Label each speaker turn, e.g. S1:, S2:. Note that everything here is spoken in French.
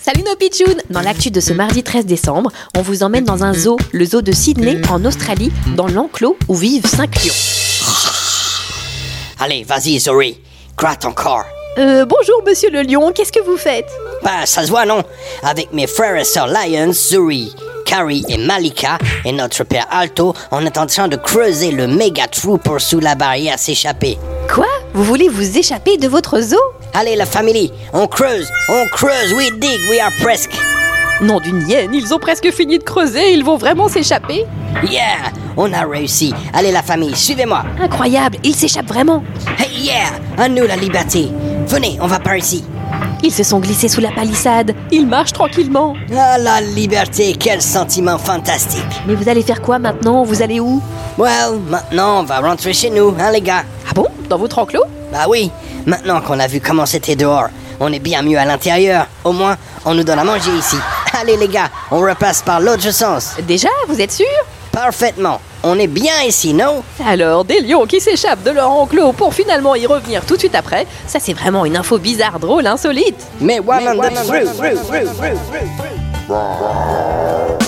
S1: Salut nos pitchouns Dans l'actu de ce mardi 13 décembre, on vous emmène dans un zoo, le zoo de Sydney en Australie, dans l'enclos où vivent 5 lions.
S2: Allez, vas-y, Zori, gratte encore.
S1: Euh, bonjour monsieur le lion, qu'est-ce que vous faites
S2: Ben, ça se voit, non Avec mes frères et sœurs Lions, Zuri, Carrie et Malika, et notre père Alto, on est en train de creuser le méga trou pour sous la barrière s'échapper.
S1: Quoi Vous voulez vous échapper de votre zoo
S2: Allez, la famille, on creuse, on creuse, we dig, we are presque.
S1: Non d'une hyène, ils ont presque fini de creuser, ils vont vraiment s'échapper
S2: Yeah, on a réussi. Allez, la famille, suivez-moi.
S1: Incroyable, ils s'échappent vraiment
S2: Hey, yeah, à nous la liberté. Venez, on va par ici.
S1: Ils se sont glissés sous la palissade, ils marchent tranquillement.
S2: Ah, la liberté, quel sentiment fantastique.
S1: Mais vous allez faire quoi maintenant Vous allez où
S2: Well, maintenant, on va rentrer chez nous, hein, les gars.
S1: Ah bon Dans votre enclos
S2: Bah oui, maintenant qu'on a vu comment c'était dehors, on est bien mieux à l'intérieur. Au moins, on nous donne à manger ici. Allez les gars, on repasse par l'autre sens.
S1: Déjà, vous êtes sûr
S2: Parfaitement. On est bien ici, non
S1: Alors, des lions qui s'échappent de leur enclos pour finalement y revenir tout de suite après, ça c'est vraiment une info bizarre, drôle, insolite.
S2: Mais one on the through.